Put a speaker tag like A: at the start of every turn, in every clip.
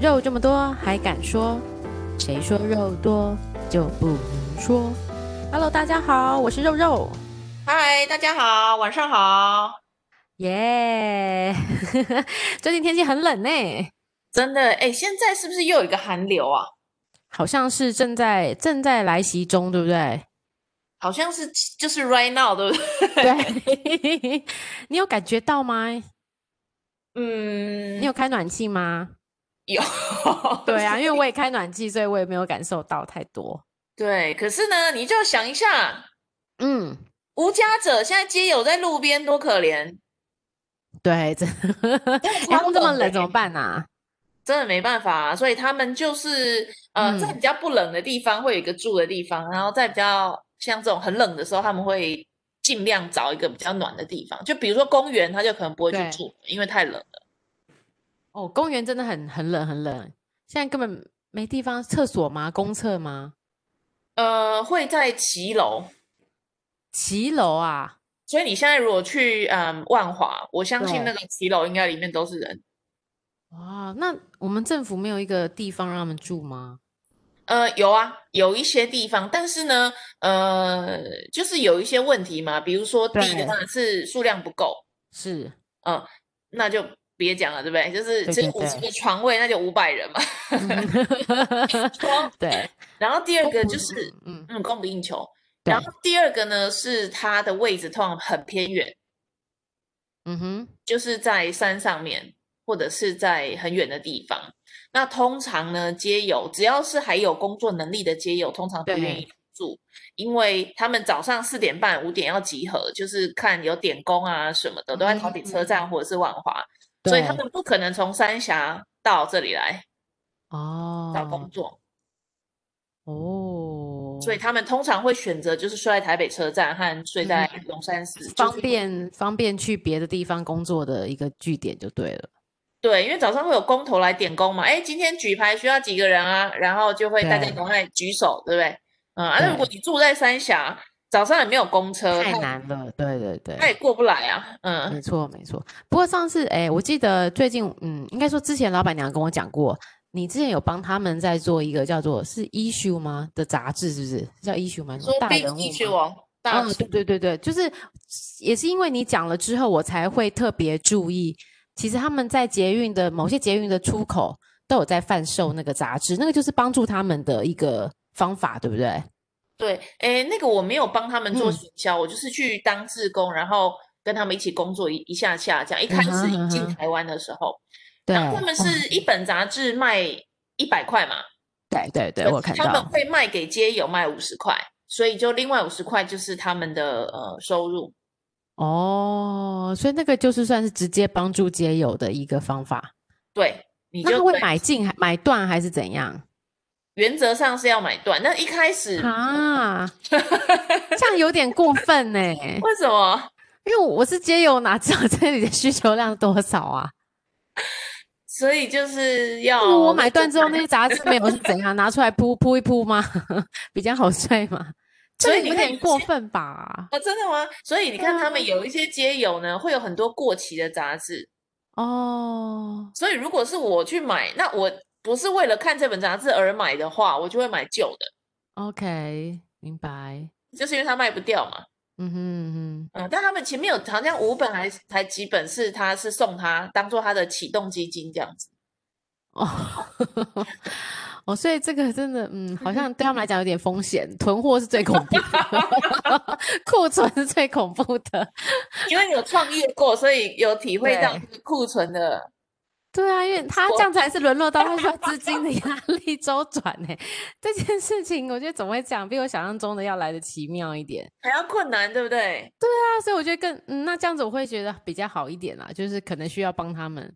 A: 肉这么多还敢说？谁说肉多就不能说？Hello，大家好，我是肉肉，
B: 嗨，大家好，晚上好。
A: 耶、 最近天气很冷呢、
B: 真的，哎，现在是不是又有一个寒流啊？
A: 好像是正在正在来袭中，对不对？
B: 好像是就是 right now，对不对？
A: 对， 你有感觉到吗？
B: 嗯，
A: 你有开暖气吗？
B: 有
A: 对啊，因为我也开暖气，所以我也没有感受到太 多。
B: 对，可是呢，你就想一下，
A: 嗯，
B: 无家者现在街友在路边多可怜，
A: 对，真的，哎、
B: 超
A: 这么
B: 冷的
A: 冷怎么
B: 欸
A: 办啊？
B: 真的没办法啊、所以他们就是呃，在
A: 嗯
B: 比较不冷的地方会有一个住的地方，然后在比较像这种很冷的时候，他们会尽量找一个比较暖的地方，就比如说公园，他就可能不会去
A: 对
B: 住，因为太冷了。
A: 哦，公园真的很很冷很冷，现在根本没地方，厕所吗？公厕吗？
B: 呃，会在骑楼。
A: 骑楼啊？
B: 所以你现在如果去嗯万华，我相信那个骑楼应该里面都是人。
A: 哇，那我们政府没有一个地方让他们住吗？
B: 呃，有啊，有一些地方，但是呢，呃，就是有一些问题嘛，比如说地
A: 对
B: 的话是数量不够，
A: 是，
B: 嗯、那就别讲了，对不对？就是
A: 对
B: 这
A: 对
B: 五十
A: 对
B: 个床位，那就五百人嘛。
A: 对，
B: 然后第二个
A: 嗯
B: 就是，
A: 嗯，
B: 嗯，供不应求。然
A: 对
B: 后第二个呢是它的位置通常很偏远，
A: 嗯哼，
B: 就是在山上面，或者是在很远的地方。那通常呢，街友只要是还有工作能力的街友，通常不愿意住，因为他们早上四点半、五点要集合，就是看有点工啊什么的，都在桃铁车站或者是万华，所以他
A: 嗯对
B: 们不可能从三峡到这里来找工
A: 哦
B: 作，
A: 哦，
B: 所以他们通常会选择就是睡在台北车站和睡
A: 嗯
B: 在龙山寺，就
A: 方
B: 是
A: 便方便去别的地方工作的一个据点就对了。
B: 对，因为早上会有工头来点工嘛，哎，今天举牌需要几个人啊？然后就会大家
A: 对
B: 赶快举手，对不对？嗯，啊，那如果你住在三峡，早上也没有公车，
A: 太
B: 他
A: 难了，对对对。
B: 他也过不来啊，嗯
A: 没错，没错。不过上次，哎，我记得最近，嗯，应该说之前老板娘跟我讲过，你之前有帮他们在做一个叫做是 issue 吗的杂志，是不是叫 issue 吗？什么
B: 说
A: 大
B: big
A: 人物
B: issue
A: 吗？
B: 哦，大
A: 嗯，
B: 事
A: 对对对对，就是也是因为你讲了之后，我才会特别注意。其实他们在捷运的某些捷运的出口都有在贩售那个杂志，那个就是帮助他们的一个方法，对不对？
B: 对，哎，那个我没有帮他们做
A: 嗯
B: 行销，我就是去当志工，然后跟他们一起工作一一下下这样。一开
A: 嗯
B: 始
A: 哼
B: 引
A: 嗯
B: 进
A: 哼
B: 台湾的时候，
A: 对，
B: 然后他们
A: 哦
B: 是一本杂志卖一百块嘛，
A: 对对对，
B: 可
A: 我有
B: 是
A: 看
B: 他们
A: 到，
B: 会卖给街友卖五十块，所以就另外五十块就是他们的呃收入。
A: 哦，所以那个就是算是直接帮助街友的一个方法。
B: 对，你
A: 那
B: 就
A: 他会
B: 对
A: 买进、买断还是怎样
B: 原则上是要买断。那一开始
A: 啊？这样有点过分呢、
B: 为什么？
A: 因为我是街友，哪知道这里的需求量多少啊？
B: 所以哦就是
A: 不
B: 要
A: 如我
B: 认
A: 买断
B: 真
A: 之后，那
B: 买
A: 些杂志没有是怎样？拿出来铺铺一铺吗？ 比较好睡 吗？这
B: 所
A: 个
B: 以你
A: 有
B: 看
A: 点
B: 有
A: 过
B: 些
A: 分吧？
B: 啊，真的吗？所以你看，他
A: 啊
B: 们有一些街友呢，会有很多过期的杂志。
A: 哦，
B: 所以如果是我去买，那我不是为了看这本杂志而买的话，我就会买旧的，
A: OK，明白。
B: 就是因为它卖不掉嘛。
A: 嗯哼嗯
B: 嗯，但他们前面有好像五本还是还几本是他是送他当做他的启动基金这样子。
A: 哼，哦 哦，所以这个真的，嗯，好像对他们来讲有点风险。囤货是最恐怖的， 库存是最恐怖的。
B: 因为有创业过，所以有体会到
A: 对
B: 这个库存的。
A: 对啊，因为他这样才是沦落到他需要资金的压力周转呢。这件事情，我觉得总会讲比我想象中的要来的奇妙一点。
B: 还要困难，对不对？
A: 对啊，所以我觉得更，嗯，那这样子我会觉得比较好一点啦，就是可能需要帮他们，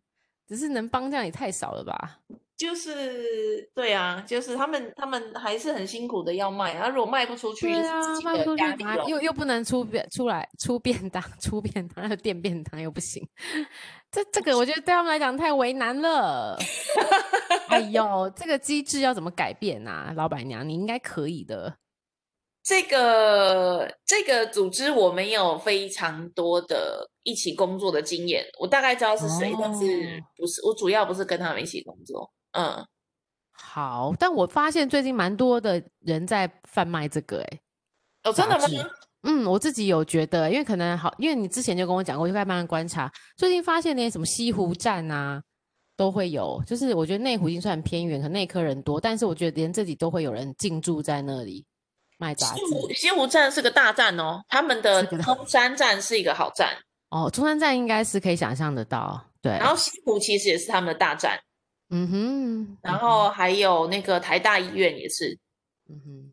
A: 只是能帮这样也太少了吧？
B: 就是对啊，就是他们他们还是很辛苦的要卖，然后如果卖不出去，
A: 对
B: 就是
A: 啊
B: 自，己
A: 卖不
B: 的
A: 出去
B: 压
A: 赶
B: 力哦
A: 快，
B: 咯
A: 又又不能出便出来出便当， 出便当还有垫便当又不行，这这个我觉得对他们来讲太为难了。哎呦，这个机制要怎么改变啊？老板娘，你应该可以的。
B: 这个这个组织我没有非常多的一起工作的经验，我大概知道是谁，但是
A: 哦
B: 不是我主要不是跟他们一起工作。嗯，
A: 好，但我发现最近蛮多的人在贩卖这个、欸，哎，
B: 哦，真的
A: 杂志
B: 吗？
A: 嗯，我自己有觉得、因为可能好，因为你之前就跟我讲过，我就开始慢慢观察，最近发现连什么西湖站啊都会有，就是我觉得内湖已经算偏远，可内科人多，但是我觉得连这里都会有人进驻在那里卖杂
B: 西
A: 志。
B: 湖西湖站是个大站哦，他们的
A: 是个大
B: 中山站是一个好站，
A: 哦，中山站应该是可以想象得到，对
B: 然，后西湖其实也是他们的大站，
A: 嗯哼，
B: 然
A: 嗯哼，
B: 后还有那个台大医院也是，
A: 嗯哼，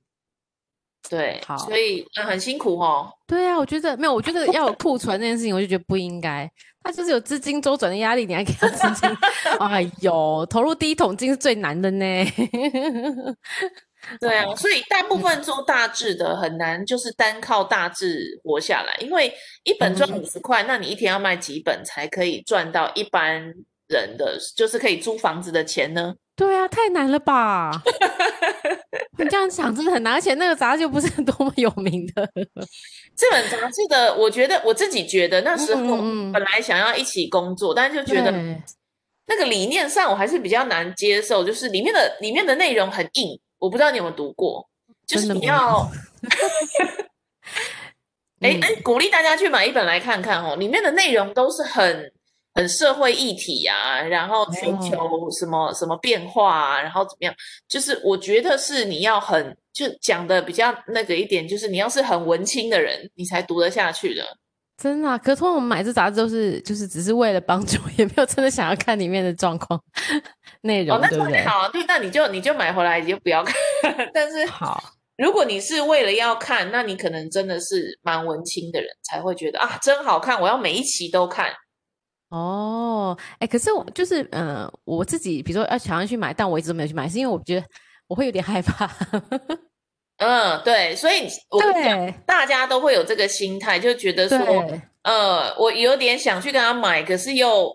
B: 对，
A: 好
B: 所以嗯很辛苦哦。
A: 对啊，我觉得没有，我觉得要有库存这件事情，我就觉得不应该。他就是有资金周转的压力，你还给他资金， 哎呦，投入第一桶金是最难的呢。
B: 对啊，所以大
A: 嗯
B: 部分做大致的很难，就是单靠大致活下来，因为一本赚
A: 嗯
B: 五十块，那你一天要卖几本才可以赚到一般人的，就是可以租房子的钱呢？
A: 对啊，太难了 吧？你这样想真的很难，而且那个杂志又不是多么有名的。
B: 这本杂志的，我觉得我自己觉得那时候
A: 嗯嗯嗯
B: 本来想要一起工作，但是就觉得
A: 对
B: 那个理念上我还是比较难接受，就是里面的里面的内容很硬，我不知道你有没有读过，就
A: 真
B: 是
A: 的
B: 你
A: 没有
B: 要。哎
A: 嗯
B: 哎，鼓励大家去买一本来看看哦，里面的内容都是很很社会议题啊，然后全
A: 哦
B: 球什么、什么变化啊，然后怎么样，就是我觉得是你要很就讲的比较那个一点，就是你要是很文青的人，你才读得下去的。哦
A: 真的、啊，可是通常我们买这杂志都是就是只是为了帮助，也没有真的想要看里面的状况内容，
B: 哦，那
A: 对不
B: 当
A: 对
B: 然？好啊，对，那你就你就买回来你就不要看， 但是
A: 好，
B: 如果你是为了要看，那你可能真的是蛮文青的人才会觉得啊，真好看，我要每一期都看。
A: 哦，哎，可是我就是呃，我自己比如说要想要去买，但我一直都没有去买，是因为我觉得我会有点害怕。
B: 嗯，对，所以我跟你讲，
A: 对
B: 大家都会有这个心态，就觉得说，
A: 对，
B: 呃，我有点想去跟他买，可是又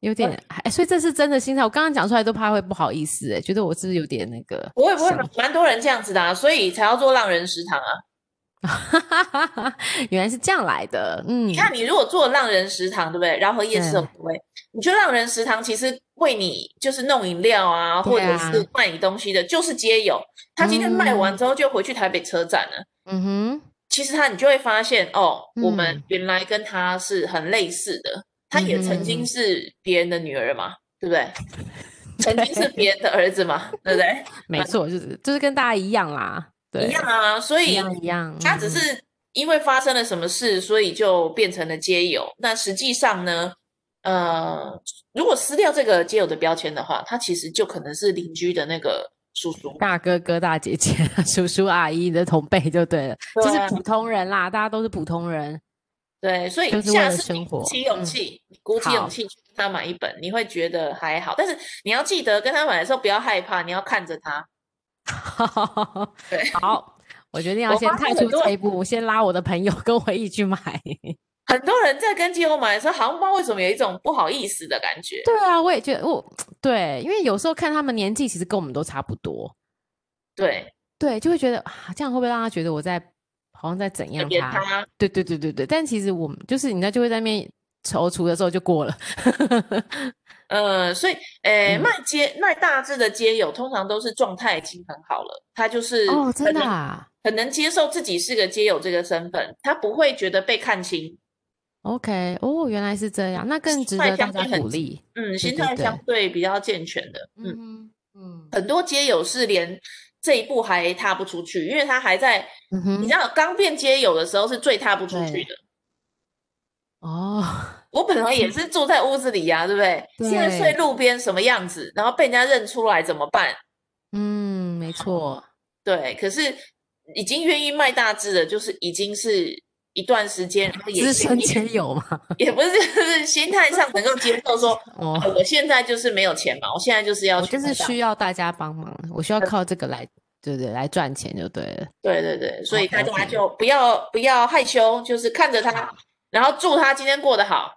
A: 有点哎，所以这是真的心态。我刚刚讲出来都怕会不好意思，哎，觉得我是不是有点那个
B: 不会不会
A: 想？
B: 蛮多人这样子的啊，所以才要做浪人食堂
A: 嗯
B: 啊。
A: 原来是这样来的，嗯，
B: 你看，你如果做浪人食堂，对不对？饶河夜市有
A: 对
B: 口味，你去浪人食堂，其实为你就是弄饮料啊，
A: 对
B: 或者
A: 啊
B: 是卖你东西的，就是街友。他今天卖完之后就回去台北车站了。
A: 嗯哼，
B: 其实他你就会发现哦，我们
A: 嗯
B: 原来跟他是很类似的，他也曾
A: 嗯嗯嗯
B: 经是别人的女儿嘛，对 不对？曾经是别人的儿子嘛，对不对？
A: 没错，就是就是跟大家一样啦，对，
B: 一样啊，所
A: 一
B: 以
A: 样一样，
B: 他只
A: 嗯
B: 是因为发生了什么事，所以就变成了街友。那实际上呢，呃，如果撕掉这个街友的标签的话，他其实就可能是邻居的那个叔叔。
A: 大哥哥、大姐姐、 叔叔阿姨的同辈就对了，
B: 对
A: 就是
B: 啊
A: 普通人啦，大家都是普通人。
B: 对，所以
A: 就是为
B: 下
A: 了
B: 次你
A: 生
B: 鼓
A: 活
B: 起勇
A: 嗯
B: 气，你鼓起勇
A: 好
B: 气去跟他买一本，你会觉得还好。但是你要记得跟他买的时候不要害怕，你要看着他。对
A: 好，我决定要
B: 我
A: 先
B: 发现
A: 踏
B: 很
A: 出
B: 多
A: 这一步，我先拉我的朋友跟我一起 去买。
B: 很多人在跟基友买的时候，好像不知道为什么有一种不好意思的感觉。
A: 对啊，我也觉得我对，因为有时候看他们年纪其实跟我们都差不多，
B: 对，
A: 对，就会觉得啊，这样会不会让他觉得我在好像在怎样
B: 给
A: 他？
B: 他
A: 对对对对对，但其实我们就是你知道就会在那边踌躇的时候就过了。
B: 呃，所以，诶，
A: 嗯
B: 卖街卖大致的街友通常都是状态已经很好了，他就是
A: 哦，
B: 很
A: 真 的
B: 能
A: 啊
B: 很能接受自己是个街友这个身份，他不会觉得被看清，
A: ，OK，哦，原来是这样，那更值
B: 态
A: 得大
B: 相对
A: 家
B: 很
A: 鼓
B: 近
A: 励。
B: 嗯，心
A: 对
B: 态
A: 对
B: 相对比较健全的，嗯。
A: 嗯哼，
B: 很多街友是连这一步还踏不出去，因为他还在，
A: 嗯哼
B: 你知，道，刚变街友的时候是最踏不出去
A: 对
B: 的。
A: 哦，
B: 我本来也是住在屋子里呀、对不对？现在睡
A: 对
B: 路边什么样子，然后被人家认出来怎么办？
A: 嗯，没错，
B: 哦对，可是已经愿意卖大志的，就是已经是一段时间，然后也
A: 资
B: 是
A: 深
B: 也
A: 前友 嘛，
B: 也不是就是心态上能够接 受说，
A: 哦
B: 呃，我现在就是没有钱嘛，我现在就是要
A: 我
B: 去嗯
A: 就
B: 卖
A: 是
B: 大
A: 需要大家帮忙，我需要靠这个来，对对，来赚钱就对了。
B: 对对对，所以大家
A: OK，OK
B: 就不要不要害羞，就是看着他，然后祝他今天过得好。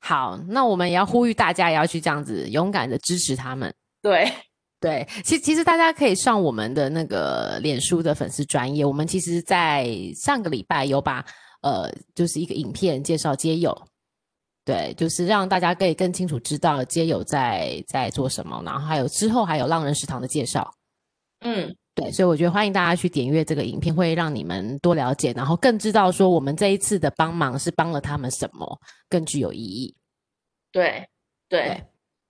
A: 好，那我们也要呼吁大家也要去这样子勇敢的支持他们。
B: 对，
A: 对，其其实大家可以上我们的那个脸书的粉丝专业，我们其实，在上个礼拜有把呃，就是一个影片介绍街友，对，就是让大家可以更清楚知道街友在在做什么，然后还有之后还有浪人食堂的介绍。
B: 嗯，
A: 对，所以我觉得欢迎大家去点阅这个影片，会让你们多了解，然后更知道说我们这一次的帮忙是帮了他们什么，更具有意义。
B: 对对
A: 对，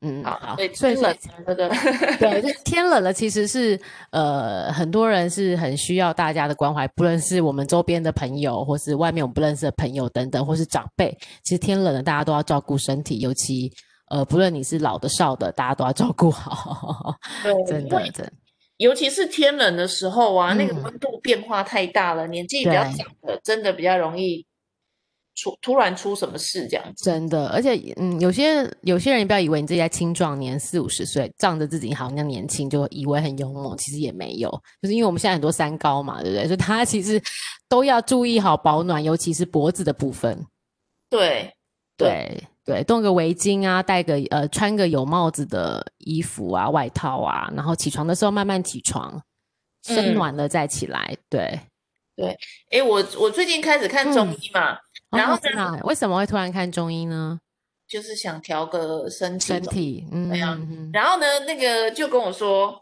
A: 嗯，
B: 好，
A: 好，
B: 所以
A: 所以
B: 天冷
A: 说，
B: 了这个
A: 对，这天冷了，其实是呃，很多人是很需要大家的关怀，不论是我们周边的朋友，或是外面我们不认识的朋友等等，或是长辈，其实天冷了，大家都要照顾身体，尤其呃，不论你是老的少的，大家都要照顾好，
B: 对
A: 真
B: 因为
A: 的真的，
B: 尤其是天冷的时候啊，那个
A: 嗯
B: 温度变化太大了，年纪比较
A: 对
B: 长的真的比较容易出突然出什么事这样子。
A: 真的，而且嗯，有些有些人不要以为你自己在青壮年四五十岁，仗着自己好像年轻，就以为很勇猛，其实也没有，就是因为我们现在很多三高嘛，对不对？所以大家其实都要注意好保暖，尤其是脖子的部分。
B: 对
A: 对对，弄个围巾啊，戴个呃，穿个有帽子的衣服啊、外套啊，然后起床的时候慢慢起床，身
B: 嗯
A: 暖了再起来。对，
B: 诶，我我最近开始看中
A: 嗯
B: 医嘛，然
A: 然
B: 后
A: 后真的
B: 呢
A: 啊为什么会突然看中医呢？
B: 就是想调个身体
A: 身
B: 吧
A: 体，嗯，
B: 对啊
A: 嗯嗯
B: 然后呢，那个就跟我说，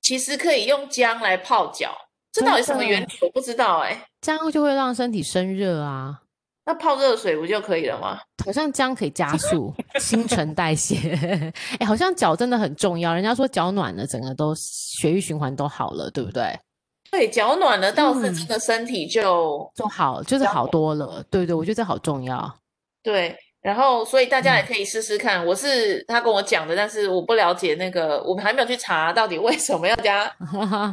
B: 其实可以用姜来泡脚，这
A: 真
B: 到底什么原
A: 的
B: 理我不知道哎、
A: 姜就会让身体生热啊。
B: 那泡热水不就可以了吗？
A: 好像姜可以加 速新陈代谢， 哎、好像脚真的很重要。人家说脚暖了，整个都血液循环都好了，对不对？
B: 对，脚暖了倒是真
A: 嗯
B: 的身体就、
A: 就好，就是
B: 脚
A: 好多了。对对，我觉得这好重要。
B: 对。然后，所以大家也
A: 嗯
B: 可以试试看。我是他跟我讲的，但是我不了解那个，我们还没有去查到底为什么要 加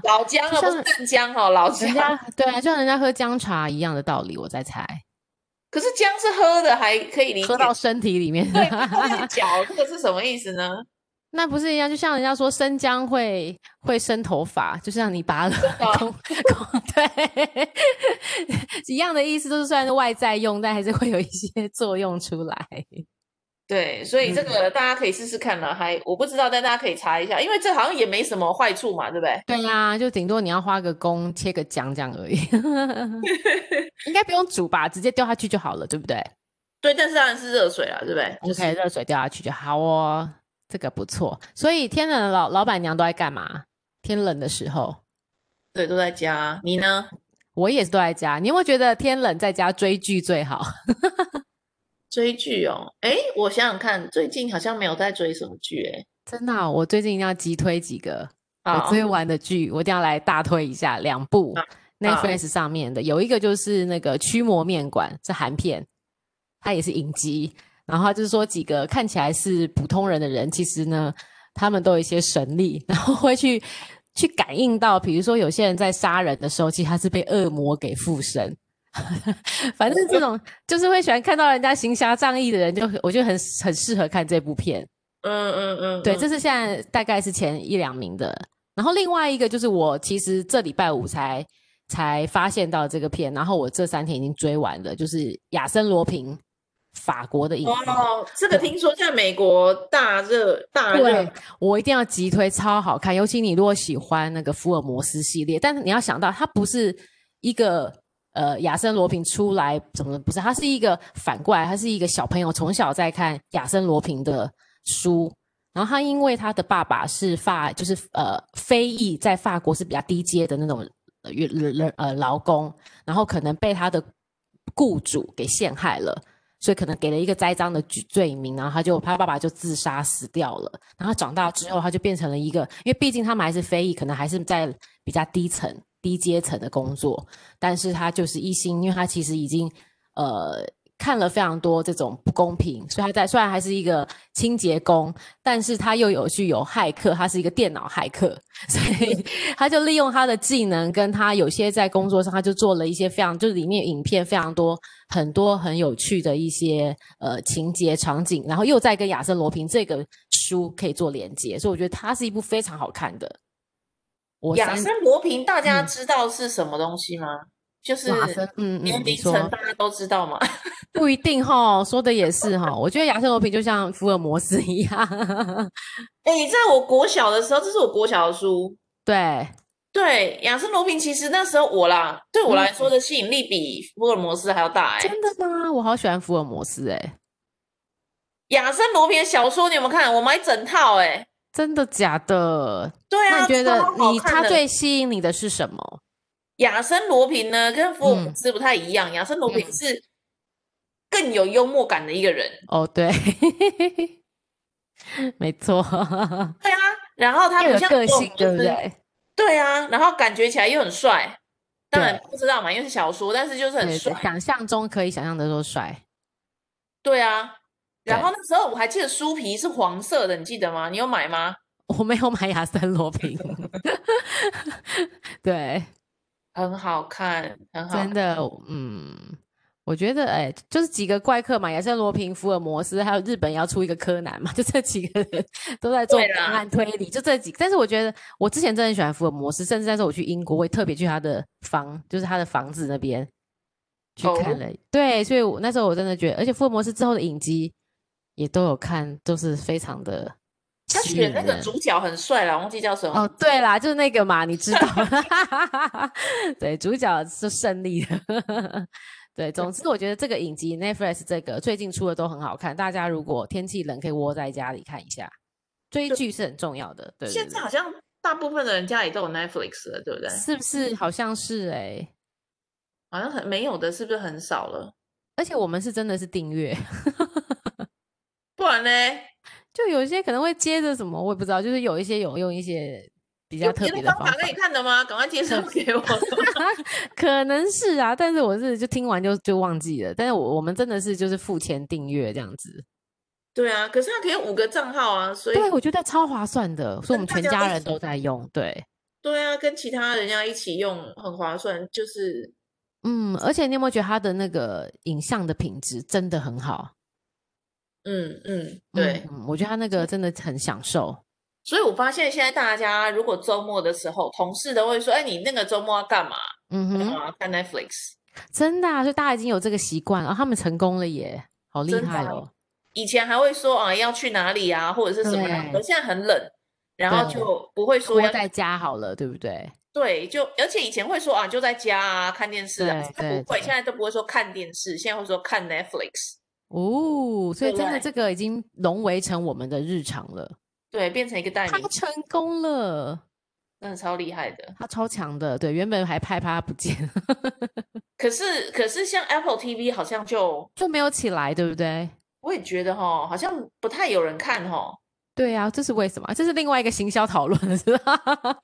B: 老姜啊，不是
A: 像
B: 淡姜哦，老
A: 人
B: 姜。
A: 家对啊，就像人家喝姜茶一样的道理，我在猜，
B: 可是姜是喝的，还可以理解
A: 喝。到身体里面，
B: 对，泡在脚，这个是什么意思呢？
A: 那不是一样？就像人家说生姜会会生头发，就是让你拔了
B: 的
A: 空空，对， 一样的意思，就是虽然是外在用，但还是会有一些作用出来。
B: 对，所以这
A: 嗯
B: 个大家可以试试看啦，还我不知道，但大家可以查一下，因为这好像也没什么坏处嘛，对不 对？
A: 对呀、就顶多你要花个工切个姜这样而已， 应该不用煮吧，直接丢下去就好了，对不对？
B: 对，但是当然是热水啦，对不对？就是、
A: OK，热水掉下去就好哦，这个不错。所以天冷的老老板娘都在干嘛？天冷的时候，
B: 对，都在家。你呢？
A: 我也是都在家。你有没有觉得天冷在家追剧最好？
B: 追剧哦，诶，我想想看，最近好像没有在追什么剧、诶。
A: 真的啊、我最近一定要急推几个
B: 好
A: 我追完的剧，我一定要来大推一下两部
B: 好。
A: Netflix 上面的有一个就是那个《驱魔面馆》，是韩片，它也是影集。然后它就是说几个看起来是普通人的人，其实呢，他们都有一些神力，然后会去去感应到，比如说有些人在杀人的时候，其实他是被恶魔给附身。 反正这种就是会喜欢看到人家行侠仗义的人，就我觉得很很适合看这部片。
B: 嗯嗯嗯，
A: 对，
B: 嗯
A: 这是现在大概是前一两名的。然后另外一个就是我其实这礼拜五才才发现到这个片，然后我这三天已经追完了，就是亚森罗平，法国的影集。
B: 哦，这个听说在美国大热大热
A: 对，我一定要急推，超好看。尤其你如果喜欢那个福尔摩斯系列，但是你要想到，它不是一个呃亚森罗平出来怎么不是，它是一个反过来，它是一个小朋友从小在看亚森罗平的书，然后他因为他的爸爸是法，就是呃非裔，在法国是比较低阶的那种呃员呃劳工，然后可能被他的雇主给陷害了。所以可能给了一个栽赃的举罪名，然后他就他爸爸就自杀死掉了。然后长大之后，他就变成了一个，因为毕竟他们还是非裔，可能还是在比较低层、低阶层的工作，但是他就是一心，因为他其实已经呃看了非常多这种不公平，所以他在虽然还是一个清洁工，但是他又有具有骇客，他是一个电脑骇客， 所以他就利用他的技能，跟他有些在工作上，他就做了一些非常，就是里面影片非常多很多很有趣的一些呃情节场景，然后又在跟亚森罗平这个书可以做连接，所以我觉得它是一部非常好看的。我
B: 亚
A: 三
B: 森罗平，大家
A: 嗯
B: 知道是什么东西吗？就是
A: 亚森，嗯嗯
B: 年，
A: 你
B: 龄
A: 说。
B: 层大家都知道嘛。
A: 不一定哈，说的也是哈。我觉得亚森罗平就像福尔摩斯一样，
B: 诶，在我国小的时候，这是我国小的书，
A: 对，
B: 对，亚森罗平其实那时候我啦，对我
A: 嗯
B: 来说的吸引力比福尔摩斯还要大哎、
A: 真的吗？我好喜欢福尔摩斯哎、
B: 亚森罗平的小说，你有没有看？我买整套哎、
A: 真的假的？
B: 对啊，
A: 那你觉得
B: 超好
A: 你
B: 看
A: 他
B: 的
A: 最吸引你的是什么？
B: 亚森罗平呢，跟福尔摩
A: 嗯
B: 斯不太一样，亚森罗平
A: 嗯
B: 是更有幽默感的一个人。
A: 哦，对， 没错，
B: 对啊，然后他
A: 又
B: 不
A: 有
B: 像
A: 个
B: 福尔
A: 性，
B: 摩
A: 对不
B: 斯？
A: 对？
B: 对啊，然后感觉起来又很帅。当然
A: 对
B: 不知道嘛，因为是小说，但是就是很
A: 对
B: 帅
A: 对。想象中可以想象的说帅，
B: 对啊，然
A: 对
B: 后那时候我还记得书皮是黄色的，你记得吗？你有买吗？
A: 我没有买亚森罗平， 对，
B: 很好看，很好
A: 真
B: 看。
A: 的，嗯，我觉得哎、就是几个怪客嘛，亚森罗平、福尔摩斯，还有日本要出一个柯南嘛，就 这几个人都在做
B: 对
A: 档
B: 啦
A: 案推理，就这几。但是我觉得我之前真的很喜欢福尔摩斯，甚至那时候我去英国，我也特别去他的房，就是他的房子那边去
B: 哦
A: 看了。对，所以我那时候我真的觉得，而且福尔摩斯之后的影集也都有看，都是非常的。
B: 他选那个主角很帅啦，忘记叫什么。
A: 哦，对啦，就是那个嘛，你 知道， 对，主角是胜利了。 对，总之我觉得这个影集 Netflix 这个最近出的都很好看，大家如果天气冷，可以窝在家里看一下。追剧是很重要的，对对
B: 现在
A: 对，
B: 好像大部分的人家里都有 Netflix 了，对不对？
A: 是不是？好像是哎、
B: 好像很没有的，是不是很少了？
A: 而且我们是真的是订阅，
B: 不然呢？
A: 就有一些可能会接着什么，我也不知道，就是有一些有用一些比较
B: 有
A: 特
B: 别
A: 别
B: 的
A: 的
B: 方法可以看的吗？赶快介绍给我。
A: 可能是啊，但是我是就听完就就忘记了，但是我我们真的是就是付钱订阅这样子。
B: 对啊，可是它可以有五个账号啊，所以
A: 对，我觉得超划算的，所以我们
B: 跟大
A: 全
B: 家
A: 家
B: 一
A: 人
B: 起
A: 都在用。对，
B: 对啊，跟其他人家一起用很划算，就是
A: 嗯，而且你有没有觉得它的那个影像的品质真的很好？
B: 嗯嗯，对。
A: 嗯，嗯我觉得它那个真的很享受。
B: 所以我发现现在大家如果周末的时候，同事都会说：“哎，你那个周末要干嘛？
A: 嗯哼，
B: 啊，看 Netflix。
A: 真的、啊，所以大家已经有这个习惯了，他们成功了耶，好厉
B: 真的
A: 害
B: 啊
A: 哦！”
B: 以前还会说啊要去哪里啊，或者是什么的，可
A: 对
B: 现在很冷，然后
A: 对
B: 就不会说
A: 窝
B: 要
A: 在家好了，对不对？
B: 对，就而且以前会说啊就在家啊看电视啊，
A: 对
B: 现在
A: 对
B: 不会，
A: 对
B: 现在都不会说看电视，现在会说看 Netflix。
A: 哦，所以
B: 对
A: 真的
B: 对
A: 这个已经融为成我们的日常了。
B: 对，变成一个代
A: 他
B: 名词，
A: 成功了，
B: 真的超厉害的。
A: 他超强的。对，原本还害怕他不见，
B: 可是可是像 Apple TV 好像就
A: 就没有起来，对不对？
B: 我也觉得哈，好像不太有人看哈。
A: 对啊，这是为什么？这是另外一个行销讨论，是吧？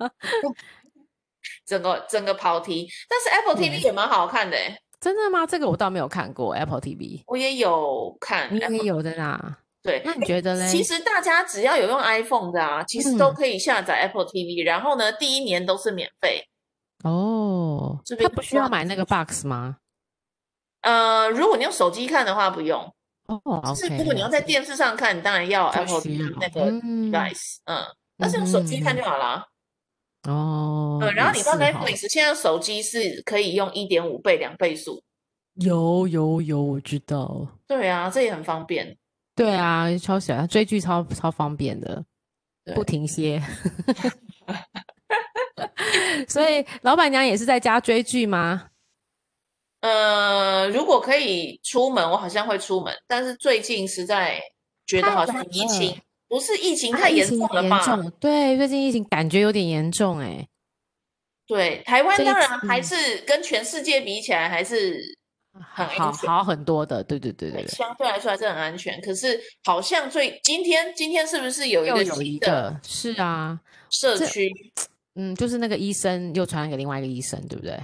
B: 整个整个跑题，但是 Apple TV
A: 对
B: 也蛮好看的欸、
A: 真的吗？这个我倒没有看过 Apple TV，
B: 我也有看
A: 你
B: Apple。
A: 也有的啦。
B: 对，
A: 那你
B: 欸
A: 觉得嘞？
B: 其实大家只要有用 iPhone 的啊，其实都
A: 嗯
B: 可以下载 Apple TV，、然后呢，第一年都是免费。
A: 哦
B: 这，边
A: 他不
B: 的
A: 需要
B: 话
A: 买那个 box 吗？
B: 呃，如果你用手机看的话不用，
A: 哦
B: 就
A: ，OK，
B: 是如果你要
A: 了
B: 在
A: 解
B: 电视上看，你当然要
A: 就
B: Apple
A: 需
B: TV
A: 要
B: 那个
A: 嗯
B: device，嗯但是用手机看
A: 嗯嗯
B: 就好啦。
A: 哦，
B: 嗯，然后
A: 也
B: 你知道
A: 是哈
B: Netflix 现在手机是可以用一点五倍、两倍速，
A: 有有有，我知道。
B: 对啊，这也很方便。
A: 对啊，超喜欢追剧超，超方便的，不
B: 对
A: 停 歇。所以老板娘也是在家追剧吗？
B: 呃，如果可以出门，我好像会出门，但是最近实在觉得
A: 太
B: 好像
A: 难
B: 疫
A: 了
B: 情不是疫情
A: 啊
B: 太
A: 疫
B: 严
A: 情
B: 重了
A: 严
B: 吧？
A: 重，对，最近疫情感觉有点严重哎、
B: 对，台湾
A: 这一
B: 当然
A: 次
B: 还
A: 嗯
B: 是跟全世界比起来，还是很安
A: 好
B: 全
A: 好很多的，对对对对
B: 对
A: 对，
B: 相对来说还是很安全。可是好像最今天今天是不是有一
A: 又
B: 个
A: 有
B: 新
A: 一
B: 的
A: 个是啊，
B: 社
A: 这
B: 区？
A: 嗯，就是那个医生又传染给另外一个医生，对不对？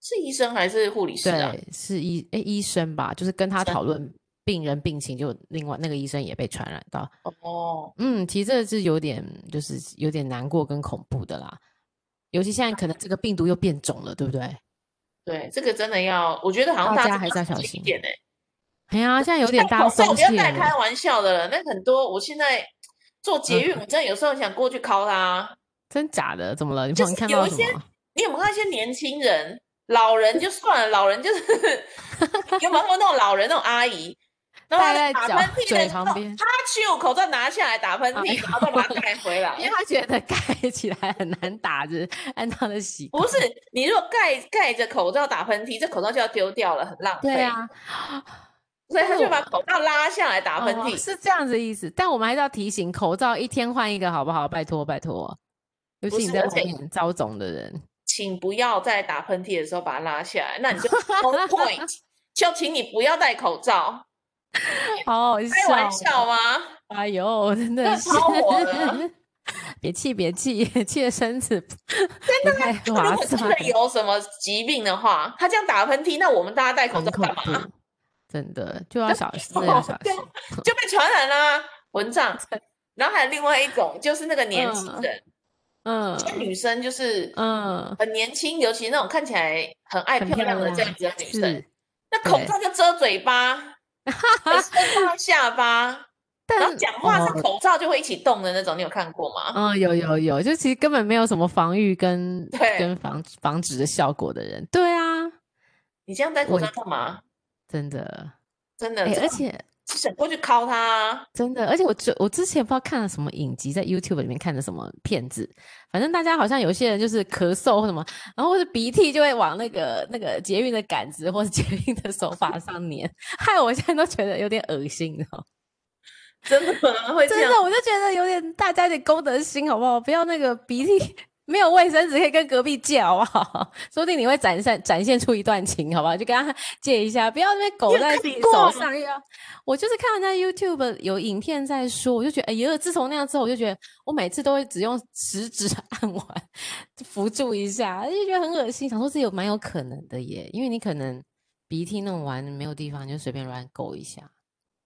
B: 是医生还是护理师啊？
A: 对，是医诶医生吧，就是跟他
B: 生
A: 讨论病人病情，就另外那个医生也被传染到。
B: 哦，
A: 嗯，其实这是有点就是有点难过跟恐怖的啦，尤其现在可能这个病毒又变种了，对不对？
B: 对，这个真的要，我觉得好像
A: 大家
B: 大家
A: 还
B: 要
A: 是要
B: 小
A: 小
B: 心一
A: 心
B: 点哎、
A: 哎呀，现在有点
B: 戴
A: 大家
B: 口罩
A: 松
B: 不要
A: 懈
B: 再
A: 了
B: 开。玩笑的了，那很多我现在做捷运，我真的有时候想过去敲他。啊
A: 真假的？怎么了？你
B: 就
A: 碰你
B: 是
A: 看
B: 有
A: 到
B: 一
A: 什
B: 些
A: 么？
B: 你有没有看一些年轻人？老人就算了，老人就是 有没有看过那种老人那种阿姨，然后
A: 戴
B: 她
A: 在
B: 打
A: 脚
B: 喷嚏的
A: 嘴
B: 时
A: 旁
B: 候，
A: 边
B: 她去我口罩拿下来打喷
A: 哎
B: 嚏，然后再把它盖回来
A: 因。为他觉得盖起来很难打，就是按他的习惯。
B: 不是
A: 啊
B: 你如果盖盖着口罩打喷嚏，这口罩就要丢掉了，很浪费。
A: 对，啊，
B: 所以他就把口罩拉下来打喷嚏。
A: 哦是这样子的意思。但我们还是要提醒，口罩一天换一个好不好？拜托拜托，尤
B: 不
A: 其你
B: 是
A: 在
B: 而
A: 外
B: 且
A: 面招肿的人，
B: 请不要在打喷嚏的时候把它拉下来，那 你就 no point，就请你不要戴口罩，
A: 好好
B: 开
A: 笑
B: 玩，笑啊吗？
A: 哎呦，真的
B: 这
A: 是
B: 超火了。
A: 别气，别气， 气的身子不不太
B: 如
A: 划
B: 果真
A: 算
B: 的，有什么疾病的话，他这样打喷嚏，那我们大家戴口
A: 很
B: 罩
A: 恐
B: 干嘛？
A: 怖，真的就要小心，真的要
B: 哦
A: 小
B: 对
A: 心
B: 啊。就被传染啦、蚊帐。然后还有另外一种，就是那个年轻
A: 嗯
B: 人，
A: 嗯
B: 这女生就是
A: 嗯，
B: 很年轻，尤其那种看起来很爱
A: 很
B: 漂
A: 漂
B: 亮的这样
A: 亮
B: 子的女生
A: 是，，
B: 那口
A: 对
B: 罩就遮嘴 巴，很深到下巴，然后
A: 但
B: 讲话是
A: 哦
B: 口罩就会一起动的那种，你有看过吗？
A: 嗯，有有有，就其实根本没有什么防御跟
B: 对
A: 跟防防止的效果的人，对啊，
B: 你这样戴口
A: 我
B: 罩干嘛？
A: 真的，
B: 真的，
A: 哎、
B: 真
A: 而
B: 的
A: 且
B: 想过去敲他啊，
A: 真的，而且我之我之前不知道看了什么影集，在 YouTube 里面看的什么片子，反正大家好像有些人就是咳嗽或什么，然后或者鼻涕就会往那个那个捷运的杆子或者捷运的手法上粘， 害我现在都觉得有点恶心，你知道吗？
B: 真的吗？会这
A: 真
B: 样
A: 的，？我就觉得有点大家有点公德心好不好？不要那个鼻涕 没有卫生纸可以跟隔壁借好不好？ 说不定你会展现展现出一段情好不好？就跟他借一下，不要那边
B: 有
A: 狗在
B: 看
A: 自己
B: 过
A: 手上又要。我就是看人家 YouTube 有影片在说，我就觉得哎呀，自从那样之后，我就觉得我每次都会只用食指按完扶住一下，就觉得很恶心，想说这有蛮有可能的耶，因为你可能鼻涕弄完没有地方，你就随便乱勾一下。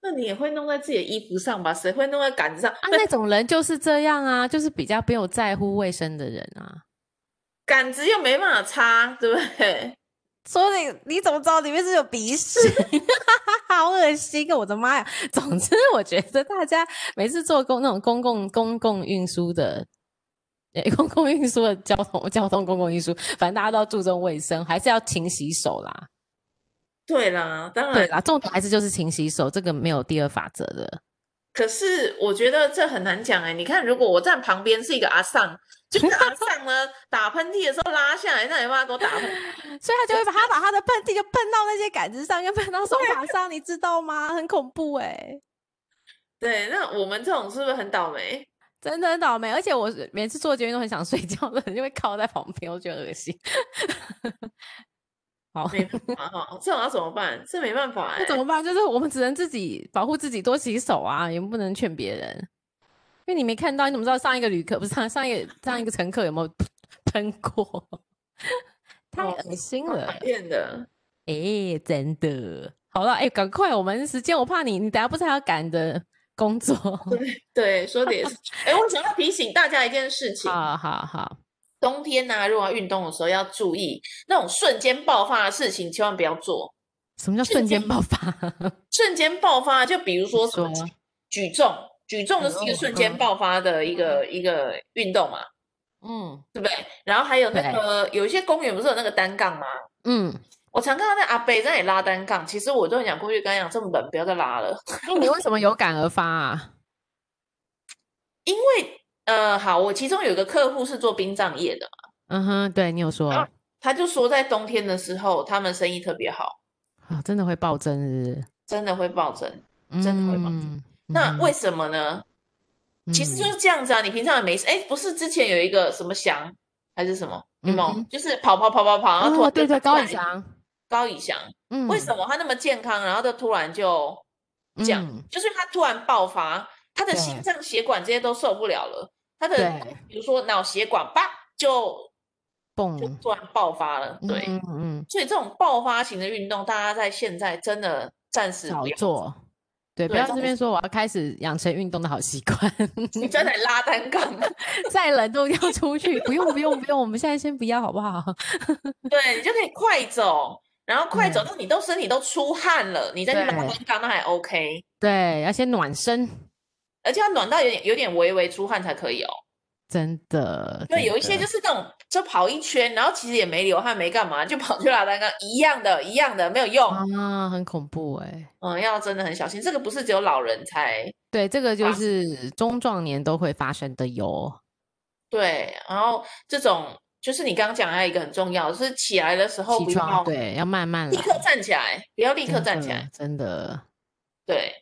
B: 那你也会弄在自己的衣服上吧？谁会弄在杆子上？
A: 啊，那种人就是这样啊，就是比较没有在乎卫生的人啊。
B: 杆子又没办法擦，对不对？
A: 所以你怎么知道里面是有鼻屎？ 好恶心啊！我的妈呀！总之，我觉得大家每次坐公那种公共公共运输的，诶、 公共运输的交通交通公共运输，反正大家都要注重卫生，还是要勤洗手啦。
B: 对啦，当
A: 对
B: 然。
A: 啦，重点还是就是勤洗手，这个没有第二法则的。
B: 可是我觉得这很难讲哎、你看，如果我站旁边是一个阿尚，就是阿尚呢打喷嚏的时候拉下来，那你办法给我打喷嚏。
A: 所以他就会把他把他的喷嚏就喷到那些杆子上，跟喷到 手把上，你知道吗？很恐怖哎、
B: 对，那我们这种是不是很倒霉？
A: 真的很倒霉，而且我是每次做决定都很想睡觉的人，就会靠在旁边，我觉得恶心。 好，
B: 没办法哈，这种要怎么办？这没办法哎、
A: 那怎么办？就是我们只能自己保护自己，多洗手啊，也不能劝别人。因为你没看到，你怎么知道上一个旅客不是上上一个上一个乘客有没有喷 过？太
B: 哦
A: 恶心
B: 蛮
A: 了
B: 讨，厌的。
A: 哎、真的。好了，哎、赶快，我们时间，我怕你，你等下不是还要赶着工作？
B: 对，说的也是。哎、我想要提醒大家一件事情，
A: 好好好，
B: 冬天呐、如果要运动的时候要注意，那种瞬间爆发的事情千万不要做。
A: 什么叫
B: 是
A: 瞬
B: 这
A: 间
B: 样
A: 爆发？
B: 瞬间爆发，就比如说什么
A: 说
B: 举举重，举重就是一个
A: 哦
B: 瞬间
A: 嗯
B: 爆发的一个、一个运动嘛，
A: 嗯
B: 对不对？然后还有那
A: 对
B: 个有一些公园不是有那个单杠吗？
A: 嗯，
B: 我常看到那阿伯在那里拉单杠，其实我都很想过去跟他讲，这么冷不要再拉了，
A: 哎，你为什么有感而发啊？
B: 因为呃，好，我其中有一个客户是做殡葬业的嘛，
A: 嗯哼，对你有说，
B: 啊
A: 啊、
B: 他就说在冬天的时候他们生意特别好，
A: 真的会暴增日，
B: 真的会暴增。
A: 嗯、
B: 真的会暴增
A: 嗯哼。
B: 那为什么呢？
A: 嗯
B: 其实就是这样子啊，你平常也没事。哎，不是之前有一个什么翔还是什么，有没有
A: 嗯哼
B: 就是跑跑跑跑跑，然后突
A: 哦，
B: 然
A: 对
B: 就
A: 对，
B: 打
A: 高
B: 过
A: 以
B: 来，
A: 翔，
B: 高以翔，
A: 嗯，
B: 为什么他那么健康，然后就突然就这样，
A: 嗯
B: 就是他突然爆发，他的心
A: 对
B: 脏血管这些都受不了了，他的
A: 对
B: 比如说脑血管吧，就
A: 蹦
B: 就？突然爆发了，对。
A: 嗯嗯，
B: 所以这种爆发型的运动，大家在现在真的暂时
A: 嗯少
B: 不要，
A: 做，对，不
B: 对
A: 要
B: 这
A: 这
B: 种
A: 边说我要开始养成运动的好习惯，
B: 你在那里拉单杠，
A: 再冷都要出去，不用不用不用，我们现在先不要好不好？
B: 对你就可以快走，然后快走到你都身体都出汗了，你再去拉
A: 对
B: 单杠那还 OK，
A: 对，要先暖身，
B: 而且要暖到有点有点微微出汗才可以哦。
A: 真的，
B: 对，有一些就是是那种就跑一圈，然后其实也没流汗没干嘛，就跑去拉单杠，一样的，一样的没有用。
A: 啊，很恐怖哎、
B: 嗯，要真的很小心，这个不是只有老人才
A: 对，这个就
B: 发
A: 是中壮年都会发生的哟。
B: 对，然后这种就是你刚刚讲还有一个很重要，就是起来的时候
A: 起
B: 不
A: 床
B: 要
A: 对，要慢慢嗯
B: 立
A: 来
B: 刻站起来，不要立刻
A: 真
B: 站起
A: 的
B: 来，
A: 真的
B: 对，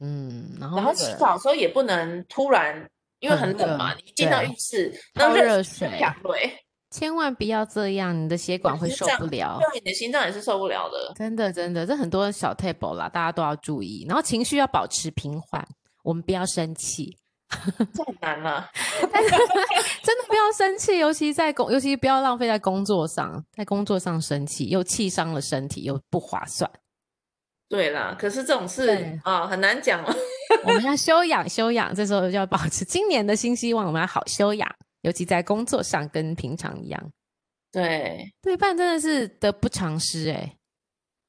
A: 嗯，然后
B: 然
A: 那
B: 后
A: 个
B: 洗澡的时候也不能突然，因为
A: 很
B: 很冷嘛，
A: 热
B: 你一进到
A: 对
B: 浴室，
A: 泡
B: 那
A: 热
B: 水
A: 水
B: 就下水，
A: 千万不要这样，你的血管会
B: 是
A: 受
B: 这样
A: 不了。
B: 对，你的心脏也是受不了的。
A: 真的，真的，这很多小 table 啦，大家都要注意。然后情绪要保持平缓，我们不要生 气，
B: 这很难了。
A: 真的不要生气，尤其在工，尤其不要浪费在工作上，在工作上生气又气伤了身体，又不划 算。
B: 对啦，可是这种事
A: 对
B: 啊、 很难讲了。
A: 我们要休养休养，这时候就要保持今年的新希望，我们要好休养，尤其在工作上跟平常一样。
B: 对，
A: 对半真的是得不偿失哎、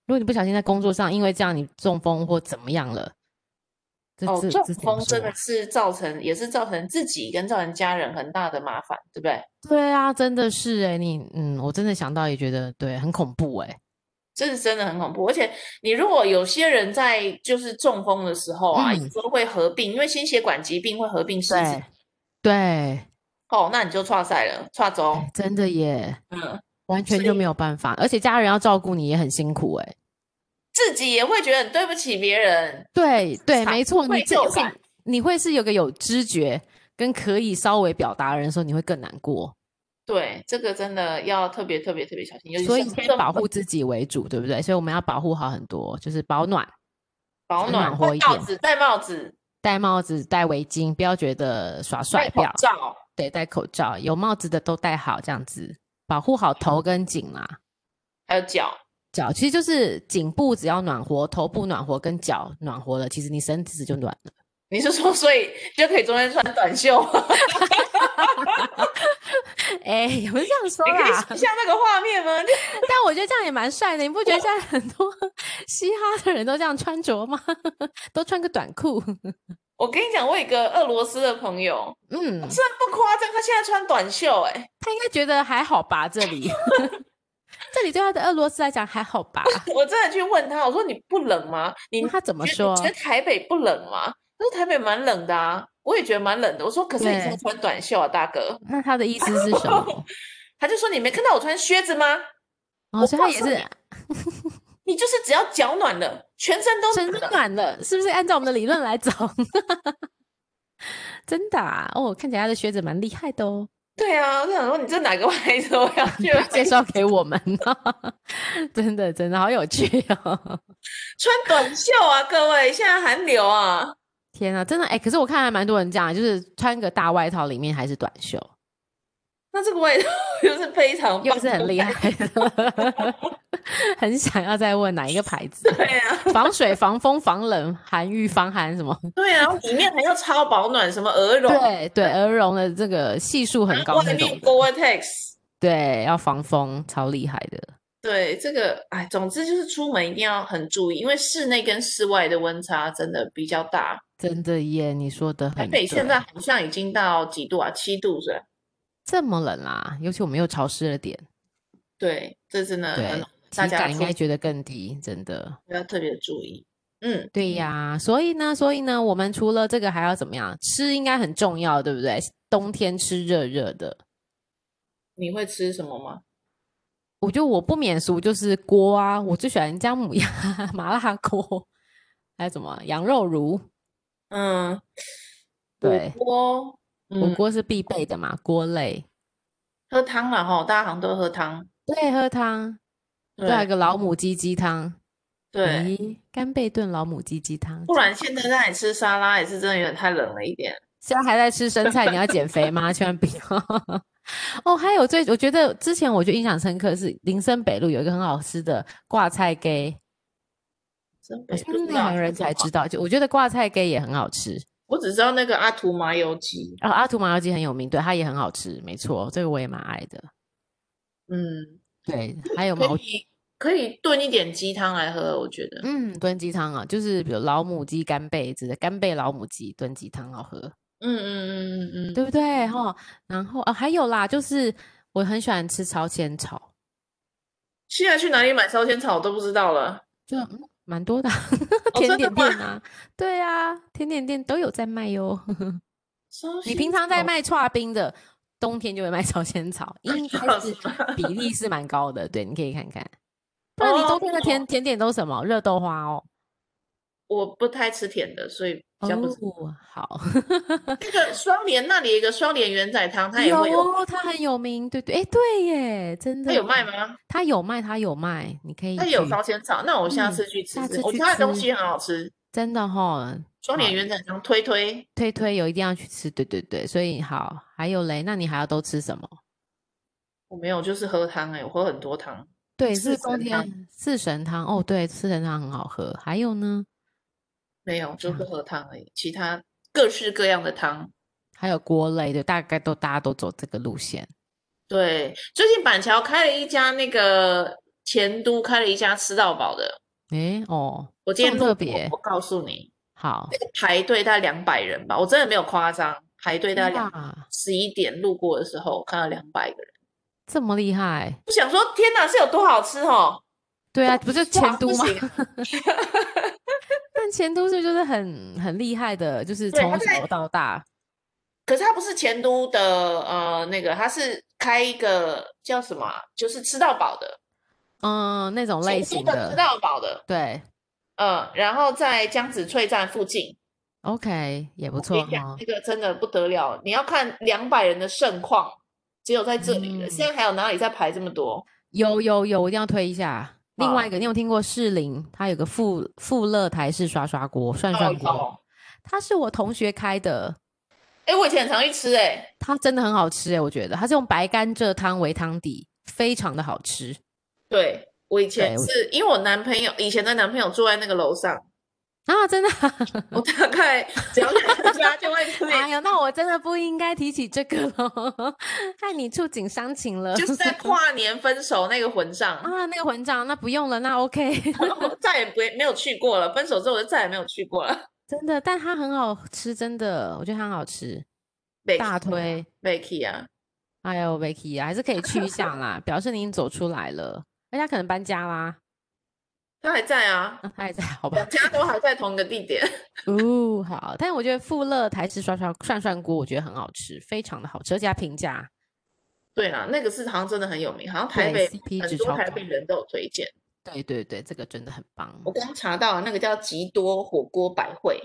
A: 如果你不小心在工作上因为这样你中风或怎么样了，这
B: 哦，
A: 这
B: 中
A: 这怎么
B: 风
A: 说
B: 真的是造成，也是造成自己跟造成家人很大的麻烦，对不对？
A: 对啊，真的是哎、你嗯，我真的想到也觉得对，很恐怖哎、
B: 这是真的很恐怖，而且你如果有些人在就是中风的时候啊，有
A: 嗯
B: 时候会合并，因为心血管疾病会合并失智
A: 对，对，
B: 哦，那你就岔赛了，岔走，
A: 真的耶，
B: 嗯，
A: 完全
B: 所
A: 就
B: 以
A: 没有办法，而且家人要照顾你也很辛苦哎、
B: 自己也会觉得很对不起别人，
A: 对对，
B: 场
A: 没错，你
B: 愧
A: 这
B: 疚
A: 会
B: 感
A: 你会是有个有知觉跟可以稍微表达的人的时候，你会更难过，
B: 对，这个真的要特别特别特别小心，尤其
A: 所以
B: 像
A: 先
B: 这种
A: 保护自己为主，对不对？所以我们要保护好很多，就是保暖、
B: 保
A: 很
B: 暖，
A: 暖
B: 戴
A: 和一
B: 帽
A: 点
B: 子，戴帽子，
A: 戴帽子、戴围巾，不要觉得耍帅，
B: 戴
A: 不
B: 口
A: 要
B: 罩，
A: 对，戴口罩，有帽子的都戴好，这样子保护好头跟颈啦、
B: 还有脚，
A: 脚其实就是颈部只要暖和，头部暖和跟脚暖和了，其实你身子就暖了。
B: 你是说所以就可以中间穿短袖吗？
A: 哎、也不是这样说
B: 你可以
A: 啦，
B: 想象那个画面吗？就
A: 但我觉得这样也蛮帅的，你不觉得现在很多 嘻哈的人都这样穿着吗？ 都穿个短裤，
B: 我跟你讲，我有一个俄罗斯的朋友，
A: 嗯，
B: 虽然不夸张，他现在穿短袖、欸，哎，
A: 他应该觉得还好吧？这 里，这里对他的俄罗斯来讲还好吧？
B: 我真的去问他，我说你不冷吗？你
A: 那他怎
B: 怎
A: 么说
B: 你？觉得台北不冷吗？他说台北蛮冷的啊，我也觉得蛮冷的。我说可是你现在
A: 对
B: 穿短袖啊，大哥。
A: 那他的意思是什 么？
B: 他就说你没看到我穿靴子吗？
A: 哦，
B: 我
A: 所以他
B: 告
A: 也
B: 诉
A: 是
B: 你你就是只要脚暖了，全身都
A: 真
B: 暖了。
A: 暖了，是不是按照我们的理论来走？ 真的啊，哦，看起来他的学者蛮厉害的哦，
B: 对啊，我想说你这哪个牌子？我要去
A: 介
B: 买
A: 绍给我们、哦 真的真的好有趣哦！
B: 穿短袖啊，各位，现在寒流啊，
A: 天啊，真的哎、可是我看还蛮多人这样，就是穿个大外套，里面还是短袖，
B: 那这个 味道又是非常
A: 又
B: 棒
A: 是很厉害的， 很想要再问哪一个牌子，
B: 对啊，
A: 防水、防风、防冷、寒御、防寒什么？
B: 对啊，里面还要超保暖，什么鹅绒，
A: 对对，鹅绒的这个系数很高
B: 外
A: 那种
B: 面
A: 的，
B: Gore-Tex。
A: 对，要防风，超厉害的。
B: 对，这个，哎，总之就是出门一定要很注意，因为室内跟室外的温差真的比较大。
A: 真的耶，你说的
B: 台
A: 很
B: 北现
A: 对
B: 在好像已经到几度啊？七度是吧？
A: 这么冷啊，尤其我们又潮湿了点，
B: 对，这真的很
A: 对
B: 冷，，
A: 体
B: 大家
A: 感应
B: 出
A: 该觉得更低，真的。
B: 要特别注意。嗯，
A: 对呀、所以呢，所以呢，我们除了这个还要怎么样？吃应该很重要，对不对？冬天吃热热的，
B: 你会吃什么吗？
A: 我觉得我不免俗就是锅啊，我最喜欢姜母鸭、 麻辣锅，还有什么羊肉炉，
B: 嗯，
A: 对
B: 火锅，
A: 火
B: 嗯，
A: 锅是必备的嘛，锅类。
B: 喝汤了哈，大家好像都喝汤。
A: 对，喝汤，
B: 对
A: 再有一个老母鸡鸡汤，
B: 对，
A: 诶，干贝炖老母鸡鸡汤，
B: 不然现在让你吃沙拉也是真的有点太冷了一点。
A: 现在还在吃生菜，你要减肥吗？千万不要。哦，还有最，我觉得之前我就印象深刻是林森北路有一个很好吃的挂菜羹，
B: 真
A: 好
B: 北
A: 像
B: 不知
A: 内
B: 道
A: 行
B: 是
A: 人
B: 什
A: 才
B: 么
A: 知道。就我觉得挂菜羹也很好吃，
B: 我只知道那个阿图麻油鸡。
A: 然后阿图麻油鸡很有名，对，它也很好吃，没错，这个我也蛮爱的。
B: 嗯，
A: 对，还有毛
B: 可以可以炖一点鸡汤来喝，我觉得。
A: 嗯炖鸡汤啊，就是比如老母鸡干贝之类，干贝老母鸡炖鸡汤好喝。
B: 嗯嗯嗯嗯嗯，
A: 对不对？哈，然后啊，还有啦，就是我很喜欢吃超鲜草，
B: 现在去哪里买烧仙草我都不知道了。
A: 就嗯蛮多的啊
B: 哦
A: 甜
B: 真的
A: 点
B: 吗
A: 店啊，对啊，甜点店都有在卖哟。
B: 哦烧
A: 你
B: 仙
A: 平常在
B: 草
A: 卖串冰的，冬天就会卖超鲜草，应 该
B: 是
A: 是
B: 吗
A: 比例是蛮高的，对，你可以看看。不然你冬天的
B: 哦
A: 甜甜点都什么？热豆花哦，
B: 我不太吃甜的，所以比较不知。
A: 哦，好，
B: 那个双连那里有一个双连圆仔汤，它也会有，
A: 有它很有名，对对，哎，对耶，真的，
B: 它有卖？吗？
A: 它有卖，它有卖，你可以去，
B: 它也有烧仙草，那我下
A: 嗯
B: 次去吃
A: 下
B: 吃，
A: 次
B: 我
A: 去
B: 觉得它的东
A: 吃
B: 西很好吃。
A: 真的哈，
B: 双连
A: 好
B: 圆仔汤推推，
A: 推推有一定要去吃，对对对，所以好，还有嘞，那你还要都吃什么？
B: 我没有，就是喝汤哎、我喝很多汤，
A: 对，
B: 四
A: 是冬
B: 神汤
A: 天四神汤哦，对，四神汤很好喝。还有呢，
B: 没有，就是
A: 啊
B: 喝汤而已，其他各式各样的汤。
A: 还有锅类的，大概都大家都走这个路线。
B: 对，最近板桥开了一家那个前都开了一家吃到饱的，
A: 诶，哦，
B: 我今
A: 这
B: 天
A: 么
B: 路
A: 特
B: 过
A: 别
B: 我告诉你，
A: 好，
B: 排队大概两百人吧，我真的没有夸张，排队大概两
A: 哇，
B: 十一点路过的时候看到两百个人，
A: 这么厉害？
B: 我想说天哪，是有多好吃哦？
A: 对啊，不是
B: 哇
A: 前都
B: 不
A: 吗？
B: 行
A: 但前都是就是很很厉害的，就是
B: 对
A: 从
B: 他在
A: 小到大，
B: 可是它不是前都的呃那个，它是开一个叫什么啊、就是吃到饱的，
A: 嗯，那种类
B: 前
A: 型
B: 都的吃
A: 的，
B: 到饱的，
A: 对
B: 嗯，然后在江子翠站附近。
A: ，OK，也不
B: 我跟
A: 错
B: 你讲，
A: 哈。
B: 那个真的不得了，你要看两百人的盛况，只有在这里
A: 嗯
B: 了。现在还有哪里在排这么多？
A: 有有有，我一定要推一下。另外
B: 好
A: 一个，你有听过士林？它有个富富乐台式刷刷锅、涮
B: 哦
A: 涮锅，
B: 有，
A: 它是我同学开的，
B: 哎，我以前很常去吃，哎，
A: 它真的很好吃诶、欸我觉得它是用白甘蔗汤为汤底，非常的好吃。
B: 对我以前
A: 对我
B: 是因为我男朋友以前的男朋友住在那个 楼上，
A: 啊， 真的、
B: 我大概只要去他家就会吃 一
A: 哎呦，那我真的不应该提起这个喽， 害你触景伤情了。
B: 就是在跨年分手那个混账，
A: 啊，那个混账，那不用了，那 OK，
B: 然后我 再也不没有去过了。分手之后我就再也没有去过了。
A: 真的，但它很好吃，真的，我觉得它很好吃，
B: 被
A: 大推。
B: Vicky 啊，
A: 哎呦，Vicky 啊，还是可以去一下 啦，表示你已经走出来了。人家可能搬家啦，
B: 他还在啊，
A: 那他还在， 好吧
B: 两？家都还在同一个地点。
A: 哦，好。但我觉得富乐台式涮涮涮涮锅，我觉得很好吃，非常的好吃，而且它平价。
B: 对啦，那个是好像真的很有名，好像台
A: 对
B: 北
A: ，CP 值
B: 很多
A: 超
B: 台
A: 高
B: 北人都有推荐。
A: 对对对，这个真的很棒。
B: 我刚查到那个叫吉多火锅百汇，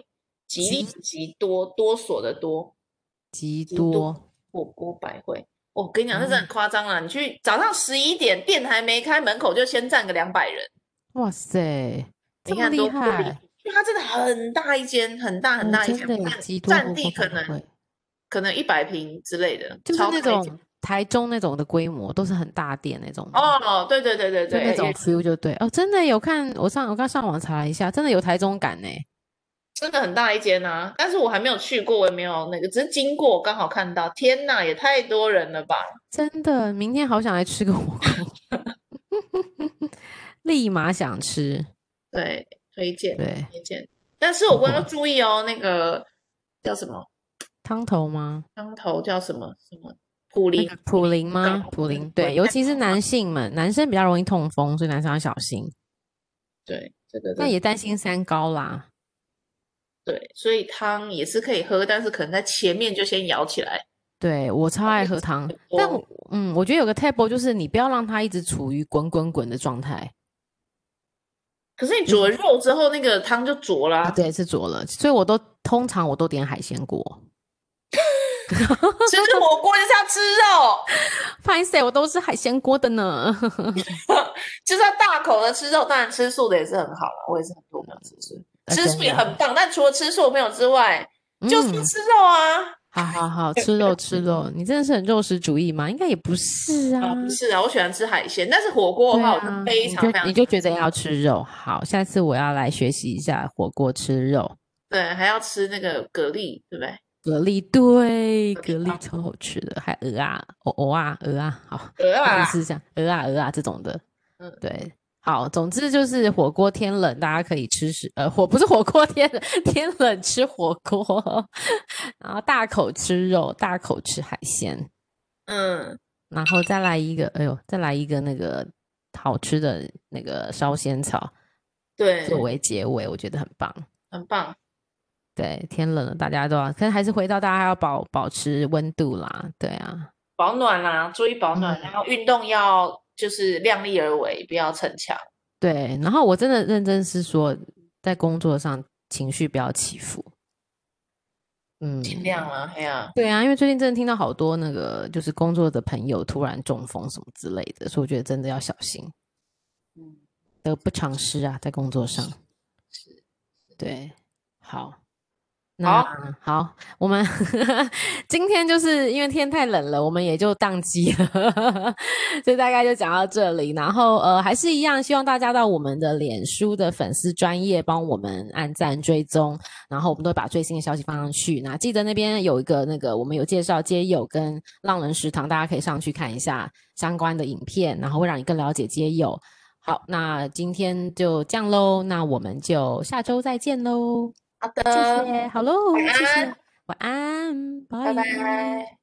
B: 吉利
A: 吉
B: 的吉多多所的多
A: 极
B: 极多
A: 多，
B: 火锅百汇。我跟你讲，
A: 嗯
B: 这真的很夸张啦！你去早上十一点，店还没开，门口就先站个两百人，
A: 哇塞，这么
B: 你看
A: 厉
B: 多不离
A: 害！
B: 谱，因为它真的很大一间，很大很
A: 哦
B: 大一间
A: 真，的耶
B: 占
A: 极多
B: 占
A: 火
B: 地
A: 锅
B: 可
A: 百
B: 能
A: 汇
B: 可能一百平之类的，
A: 就是
B: 超
A: 那
B: 大一间
A: 种台中那种的规模，都是很大店那种的。
B: 哦，对对对对
A: 就
B: 对，
A: 那
B: 也
A: 种 feel 就对哦，真的有看我上我刚上网查了一下，真的有台中感呢。
B: 真的很大一间啊，但是我还没有去过，我也没有那个，只是经过刚好看到。天呐，也太多人了吧！
A: 真的，明天好想来吃个火锅， 立马想吃。
B: 对，推荐
A: 对，
B: 推荐。但是我不要注意哦，那个叫什么
A: 汤头吗？
B: 汤头叫什么什么普
A: 那
B: 林
A: 个普林吗
B: 搞？
A: 普
B: 对
A: 林
B: 对
A: 对，尤
B: 太
A: 其是
B: 痛了
A: 男性们，男生比较容易痛风，所以男生要小心。
B: 对这个
A: 那
B: 真
A: 也担心三高啦。
B: 对，所以汤也是可以喝，但是可能在前面就先舀起来。
A: 对我超爱喝汤，但
B: 多
A: 我嗯，我觉得有个 table 就是你不要让它一直处于滚滚滚的状态
B: 可是你煮了肉之后，那个汤就浊啦、
A: 嗯啊，对，是浊了，所以我都通常我都点海鲜锅。
B: 其实火锅就是要吃肉，
A: 拍谁我都是海鲜锅的呢。
B: 就是要大口的吃肉。当然，吃素的也是很好了，我也是很多朋友吃素。
A: 呃
B: 吃
A: 真
B: 素也
A: 的
B: 很棒，但除了吃素朋友之外，就是要
A: 嗯
B: 吃肉啊。
A: 好好好，吃肉吃肉，你真的是很肉食主义吗？应该也不是啊
B: 啊，。不是啊，我喜欢吃海鲜，但是火锅
A: 对
B: 的话，我
A: 啊
B: 就非
A: 你
B: 常
A: 就
B: 非常
A: 你就觉得要吃肉，好，下次我要来学习一下火锅吃肉。
B: 对，还要吃那个蛤蜊，对不对？
A: 蛤蜊对，蛤
B: 蛤蜊
A: 蜊
B: 汤
A: 超好吃的，还鹅啊，哦鹅啊，鹅啊，好，
B: 鹅啊，
A: 是这样，鹅啊鹅啊这种的，
B: 嗯
A: 对，好，总之就是火锅天冷，大家可以吃食，呃，火不是火锅天 冷，天冷吃火锅，然后大口吃肉，大口吃海鲜，
B: 嗯，
A: 然后再来一个，哎呦，再来一个那个好吃的那个烧仙草
B: 对，
A: 作为结尾，我觉得很棒。
B: 很棒。
A: 对，天冷了，大家都要，可是还是回到大家要保保持温度啦。对啊，
B: 保暖啦、注意保暖，
A: 嗯
B: 然后运动要就是量力而为，不要逞强。
A: 对。然后我真的认真是说，在工作上情绪不要起伏。嗯，
B: 尽量啦，嘿呀、
A: 对啊，因为最近真的听到好多那个就是工作的朋友突然中风什么之类的，所以我觉得真的要小心，
B: 嗯，
A: 得不偿失啊，在工作上。对，好，那好我们 今天就是因为天太冷了，我们也就宕机了， 所以大概就讲到这里。然后呃，还是一样，希望大家到我们的脸书的粉丝专业帮我们按赞追踪，然后我们都会把最新的消息放上去。那记得那边有一个那个我们有介绍街友跟浪人食堂，大家可以上去看一下相关的影片，然后会让你更了解街友。好，那今天就这样喽，那我们就下周再见喽，
B: 好
A: 谢
B: 的，
A: 谢，好喽，
B: 嗯晚
A: 谢谢
B: 安，
A: 晚安，
B: 拜
A: 拜
B: 拜。